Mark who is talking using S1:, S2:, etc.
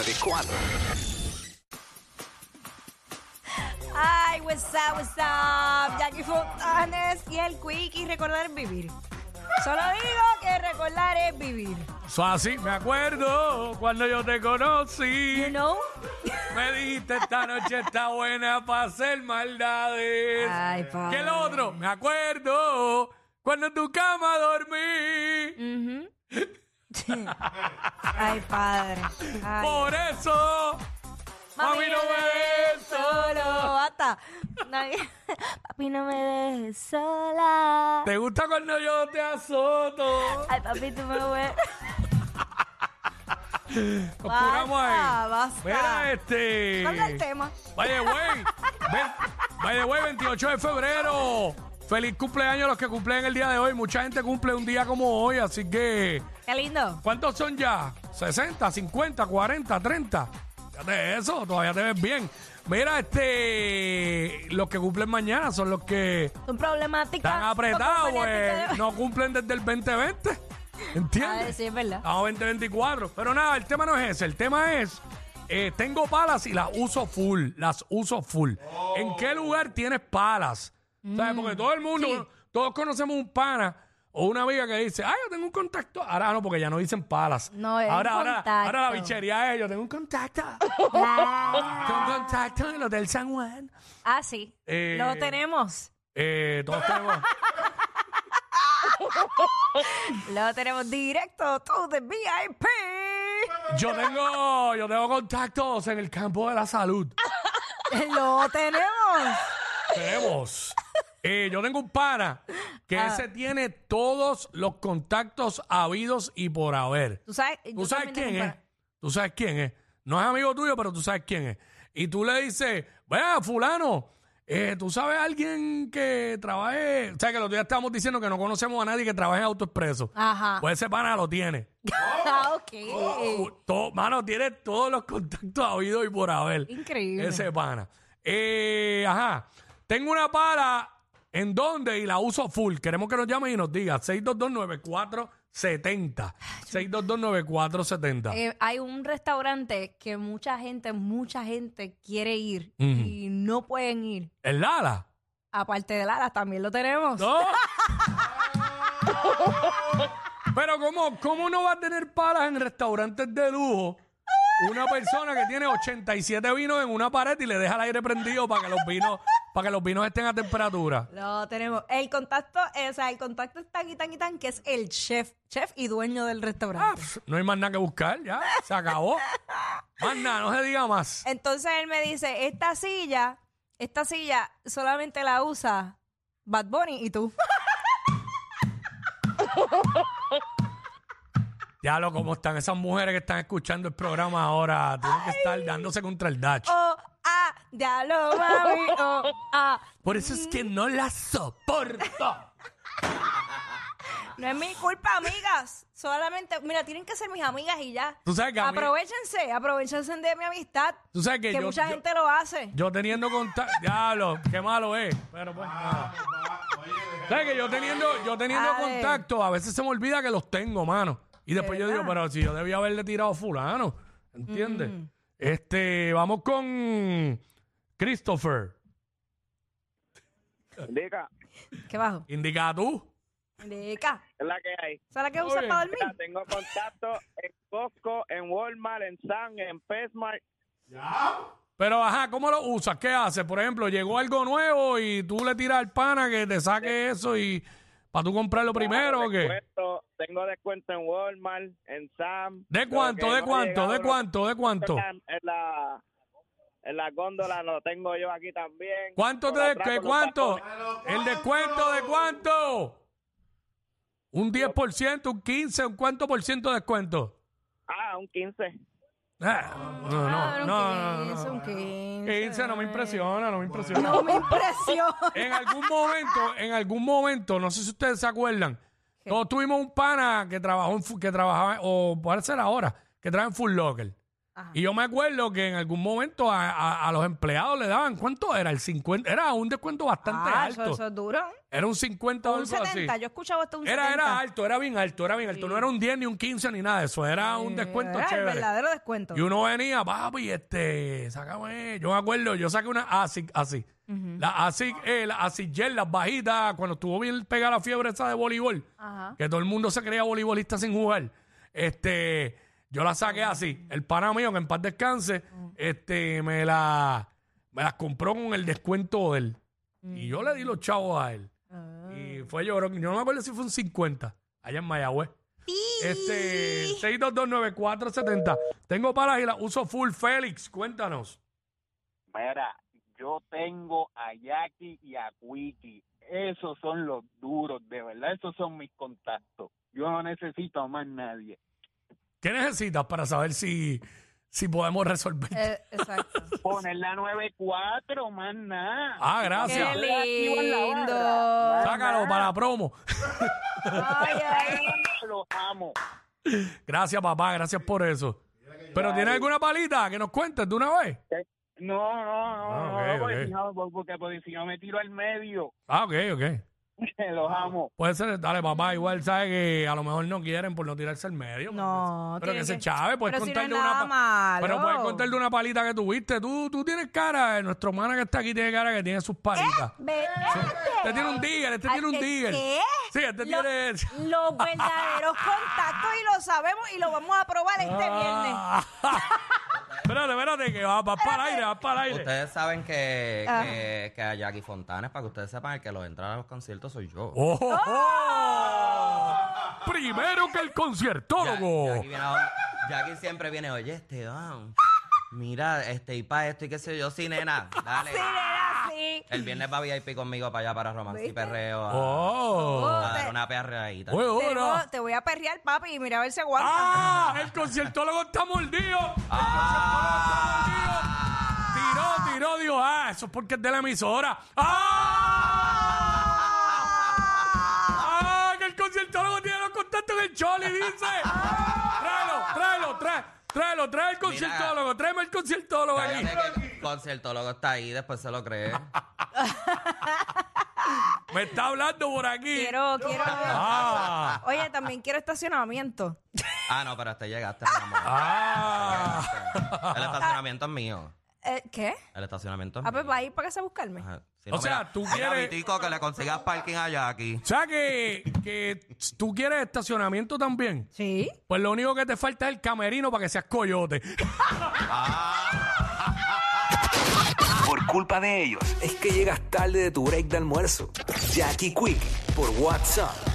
S1: 994.
S2: Ay, what's up, what's up. Jackie Fontanes y el Quick y recordar es vivir. Solo digo que recordar es vivir.
S3: Eso así, me acuerdo cuando yo te conocí.
S2: You know?
S3: Me dijiste esta noche está buena para hacer maldades.
S2: Ay,
S3: ¿Qué
S2: padre.
S3: el otro? Me acuerdo cuando en tu cama dormí.
S2: Ujú. Ay, padre. Ay.
S3: Por eso, mami, no me dejes
S2: solo.
S3: sola.
S2: Basta. Nadie- Papi, no me dejes sola.
S3: ¿Te gusta cuando yo te azoto?
S2: Ay, papi, tú me ves.
S3: Nos curamos
S2: basta,
S3: ahí.
S2: basta.
S3: Mira este.
S2: ¿Cuál es el tema?
S3: Vaya güey, ven- vaya güey, 28 de febrero. Feliz cumpleaños a los que cumplen el día de hoy. Mucha gente cumple un día como hoy, así que
S2: Qué lindo.
S3: ¿cuántos son ya? 60, 50, 40, 30. Fíjate eso, todavía te ves bien. Mira, este, los que cumplen mañana son los que
S2: Son problemáticas.
S3: están apretados,
S2: Son problemáticas
S3: pues,
S2: de-
S3: no cumplen desde el 2020.
S2: A ver,
S3: ¿Entiendes?
S2: sí, es verdad.
S3: Estamos 2024. Pero nada, el tema no es ese. El tema es, eh, tengo palas y las uso full. Las uso full. ¿En qué lugar tienes palas? ¿Sabes? Porque
S2: Mm,
S3: todo el mundo, todos conocemos un pana o una amiga que dice, ay, yo tengo un contacto. Ahora no, porque ya no dicen palas.
S2: No, es
S3: ahora,
S2: un
S3: ahora,
S2: contacto.
S3: ahora la bichería es, yo tengo un contacto.
S2: Ah,
S3: tengo un contacto en el Hotel San Juan.
S2: ah, sí.
S3: Eh,
S2: Lo tenemos.
S3: Eh, todos tenemos...
S2: Lo tenemos directo. Tú de VIP.
S3: Yo tengo, yo tengo contactos en el campo de la salud.
S2: Lo tenemos.
S3: Tenemos. Eh, yo tengo un pana que
S2: Ah.
S3: ese tiene todos los contactos habidos y por haber.
S2: Tú sabes,
S3: ¿Tú
S2: yo
S3: sabes
S2: también
S3: quién
S2: tengo un
S3: es? ¿Tú sabes quién es? No es amigo tuyo, pero tú sabes quién es. Y tú le dices, vea, fulano, eh, ¿tú sabes a alguien que trabaje? O sea, que los días estábamos diciendo que no conocemos a nadie que trabaje en AutoExpreso.
S2: pana. Ajá.
S3: Pues ese pana lo tiene.
S2: Ah, ok.
S3: Todo, mano, tiene todos los contactos habidos y por haber.
S2: Increíble.
S3: Ese pana. Eh, ajá. Tengo una para en donde y la uso full. Queremos que nos llamen y nos diga 6229470. 6229470.
S2: Eh, hay un restaurante que mucha gente, mucha gente quiere ir y no pueden ir.
S3: ¿El Lala?
S2: Aparte de Lara, también lo tenemos.
S3: No. Pero ¿cómo, ¿cómo no va a tener palas en restaurantes de lujo una persona que tiene 87 vinos en una pared y le deja el aire prendido para que los vinos, para que los vinos estén a temperatura?
S2: Lo tenemos. El contacto, eh, o sea, el contacto es tan y tan y tan que es el chef, chef y dueño del
S3: Ah,
S2: restaurante.
S3: pf, no hay más nada que buscar, ya. Se acabó. Más nada, no se diga más.
S2: Entonces él me dice, esta silla, esta silla solamente la usa Bad Bunny y tú.
S3: Ya lo como están esas mujeres que están escuchando el programa ahora. Tienen que estar dándose contra el dacho.
S2: Oh, ah, ya lo mami, oh, ah.
S3: Por eso es que no las soporto.
S2: No es mi culpa, amigas. Solamente, mira, tienen que ser mis amigas y ya.
S3: Tú sabes que a mí-
S2: Aprovechense, aprovechense de mi amistad.
S3: Tú sabes que,
S2: Que,
S3: yo,
S2: mucha
S3: yo-
S2: gente lo hace.
S3: yo teniendo contacto. Diablo, qué malo es. Pero pues. nada. ¿Sabes que yo teniendo, yo teniendo
S2: A ver.
S3: contacto, a veces se me olvida que los tengo, mano. Y después yo digo, pero si yo debía haberle tirado fulano. ¿Entiendes? Este, vamos con Christopher.
S4: Dica,
S2: ¿Qué bajo?
S3: Indica tú.
S2: De acá.
S4: es la que hay.
S2: ¿Esa es la que usas
S3: Oye,
S2: para
S4: Mira,
S2: dormir?
S4: tengo contacto en Costco, en Walmart, en San, en Pesmart.
S3: Pero, ajá, ¿cómo lo usas? ¿Qué haces? Por ejemplo, llegó algo nuevo y tú le tiras al pana que te
S4: Eh,
S3: saque eso y para tú comprarlo primero o qué?
S4: Descuento, tengo descuento en Walmart, en Sam.
S3: ¿De cuánto? ¿De cuánto? ¿De cuánto? ¿De cuánto?
S4: En la, en la, en la góndola lo tengo yo aquí también.
S3: ¿Cuánto
S4: Por
S3: te
S4: atrás
S3: de
S4: con los
S3: cuánto?
S4: tacones.
S3: ¿El descuento de cuánto? ¿Un 10%, un 15%, un cuánto por ciento de descuento?
S4: Ah, un 15.
S3: Ah, no,
S2: Ah,
S3: no,
S2: un
S3: no, no,
S2: 15,
S3: no.
S2: un 15.
S3: 15 no me impresiona, no me impresiona.
S2: No me impresiona.
S3: en algún momento, en algún momento, no sé si ustedes se acuerdan, todos tuvimos un pana que trabajó en, fu- que trabajaba, o puede ser ahora, que trae en Full Locker.
S2: Ajá.
S3: Y yo me acuerdo que en algún momento a, a- a los empleados le daban, ¿cuánto era? El 50, era un descuento bastante
S2: Ah,
S3: alto.
S2: eso, eso es duro.
S3: Era un 50 o
S2: Un
S3: algo
S2: 70,
S3: así.
S2: yo he escuchado hasta un
S3: Era,
S2: 70.
S3: era alto, era bien alto, era bien alto. No era un 10 ni un 15 ni nada de eso. Era Ah, un descuento
S2: Era el
S3: chévere.
S2: Eh, verdadero descuento.
S3: Y uno venía, papi, este, sácame. Yo me acuerdo, yo saqué una ASIC así. La ASIC, eh, la ASIC gel, las bajitas, cuando estuvo bien pegada la fiebre esa de voleibol,
S2: Ajá.
S3: que todo el mundo se creía voleibolista sin jugar. Este, yo la saqué así. El pana mío, que en paz descanse, este, me la me las compró con el descuento de él. Y yo le di los chavos a él. Y fue yo, creo que- yo no me acuerdo si fue un 50, allá en Mayagüez. Este, 6229470. Tengo palas y las uso full. Félix, cuéntanos.
S1: Mira, yo tengo a Jackie y a Quiki. Esos son los duros, de verdad. Esos son mis contactos. Yo no necesito a más nadie.
S3: ¿Qué necesitas para saber si, si podemos resolver?
S2: Eh, exacto.
S1: Poner la 9-4, más nada.
S3: ah, gracias.
S2: Qué
S1: Activa la barra.
S2: lindo.
S3: Sácalo para la promo.
S2: Ay, ay.
S1: Los amo.
S3: Gracias, papá. Gracias por eso. Pero ¿tienes alguna palita que nos cuentes de una vez?
S1: No, no, no,
S3: Ah,
S1: no, no,
S3: ok,
S1: porque
S3: ok.
S1: si no, porque, porque si no me tiro al medio,
S3: Ah, ok, ok.
S1: los
S3: Ah.
S1: amo.
S3: Puede ser, dale, papá. Igual sabes que a lo mejor no quieren por no tirarse al medio.
S2: No,
S3: Pero que
S2: tiene
S3: se
S2: que-
S3: chave, puedes
S2: pero si no
S3: contarle
S2: es
S3: una
S2: nada
S3: pa- Pero
S2: malo.
S3: puedes contarle una palita que tuviste. Tú, tú tienes cara, eh, nuestro hermano que está aquí tiene cara que tiene sus palitas.
S2: Ve-
S3: Este tiene un digger, este tiene un
S2: ¿Eh? ¿Qué?
S3: digger. Sí, este
S2: Lo-
S3: tiene.
S2: Los verdaderos contactos y lo sabemos y lo vamos a probar este viernes.
S3: Ah. espérate, espérate, que va, va para el aire, va para el aire.
S5: Ustedes saben que,
S2: Ah.
S5: que, que a Jackie Fontanes, para que ustedes sepan, el que los entra a los conciertos soy yo.
S3: ¡Oh! oh, oh. Primero que el
S5: Ya-
S3: conciertólogo.
S5: Jackie, viene a donde- Jackie siempre viene, oye, Esteban, mira, este, y para esto y qué sé yo, sí, nena, dale.
S2: Sí, era así.
S5: El viernes va VIP conmigo para allá, para romance y
S2: ¿Viste?
S5: perreo, a, a
S3: ¡Oh!
S5: dar una perreadita.
S3: ¡Fue
S2: Te
S3: hora!
S2: digo, te voy a perrear, papi, y mira a ver si aguanta.
S3: ¡Ah! ¡El conciertólogo está mordido!
S5: Ah.
S3: Tiró, tiró, dijo, ah, eso es porque es de la emisora. ¡Ah! ¡Ah! Que el conciertólogo tiene los contactos del Choli, dice. Tráelo, tráelo, trae, tráelo, trae el conciertólogo, tráeme el conciertólogo aquí.
S5: Cállate que el concertólogo está ahí, después se lo cree.
S3: Me está hablando por aquí.
S2: Quiero, quiero.
S3: Ah,
S2: Oye, también quiero estacionamiento.
S5: Ah, no, pero hasta llegaste, mi amor. Este,
S3: ah.
S5: El estacionamiento es mío.
S2: Eh, ¿Qué?
S5: El estacionamiento es
S2: Ah,
S5: mío.
S2: pues va a ir para casa a buscarme.
S5: Ajá. Si
S3: O sea, tú quieres-
S5: Vitico, que le consigas parking a Jackie.
S3: O sea que, que tú quieres estacionamiento también.
S2: Sí.
S3: Pues lo único que te falta es el camerino para que seas coyote.
S6: Por culpa de ellos, es que llegas tarde de tu break de almuerzo. Jackie Quick por WhatsApp